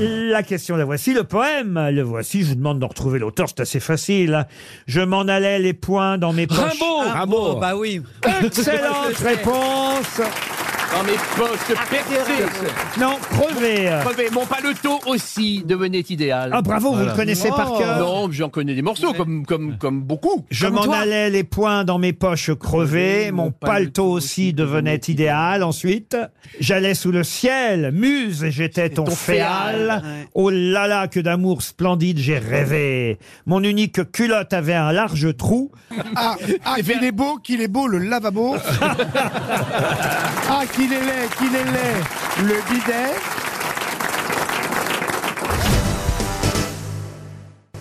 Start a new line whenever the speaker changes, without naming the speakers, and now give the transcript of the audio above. La question, la voici. Le poème, le voici. Je vous demande d'en retrouver l'auteur, c'est assez facile. Je m'en allais les poings dans mes poches. Ah.
Rimbaud
Oh, bah oui.
Excellente réponse.
Dans mes
Ah,
poches percées
Non, crevé.
Crevé. Mon paletot aussi devenait idéal.
Ah bravo, vous le connaissez par cœur.
Non, j'en connais des morceaux, comme, comme, comme beaucoup.
Je m'en allais les poings dans mes poches crevées, mon paletot aussi devenait idéal. Ensuite, j'allais sous le ciel, muse, et j'étais ton,
ton
féal.
féal, ouais.
Oh là là, que d'amour splendide j'ai rêvé. Mon unique culotte avait un large trou.
Ah, ah, qu'il est beau, qu'il est beau, le lavabo. ah, qu'il est laid, qu'il est laid, le bidet.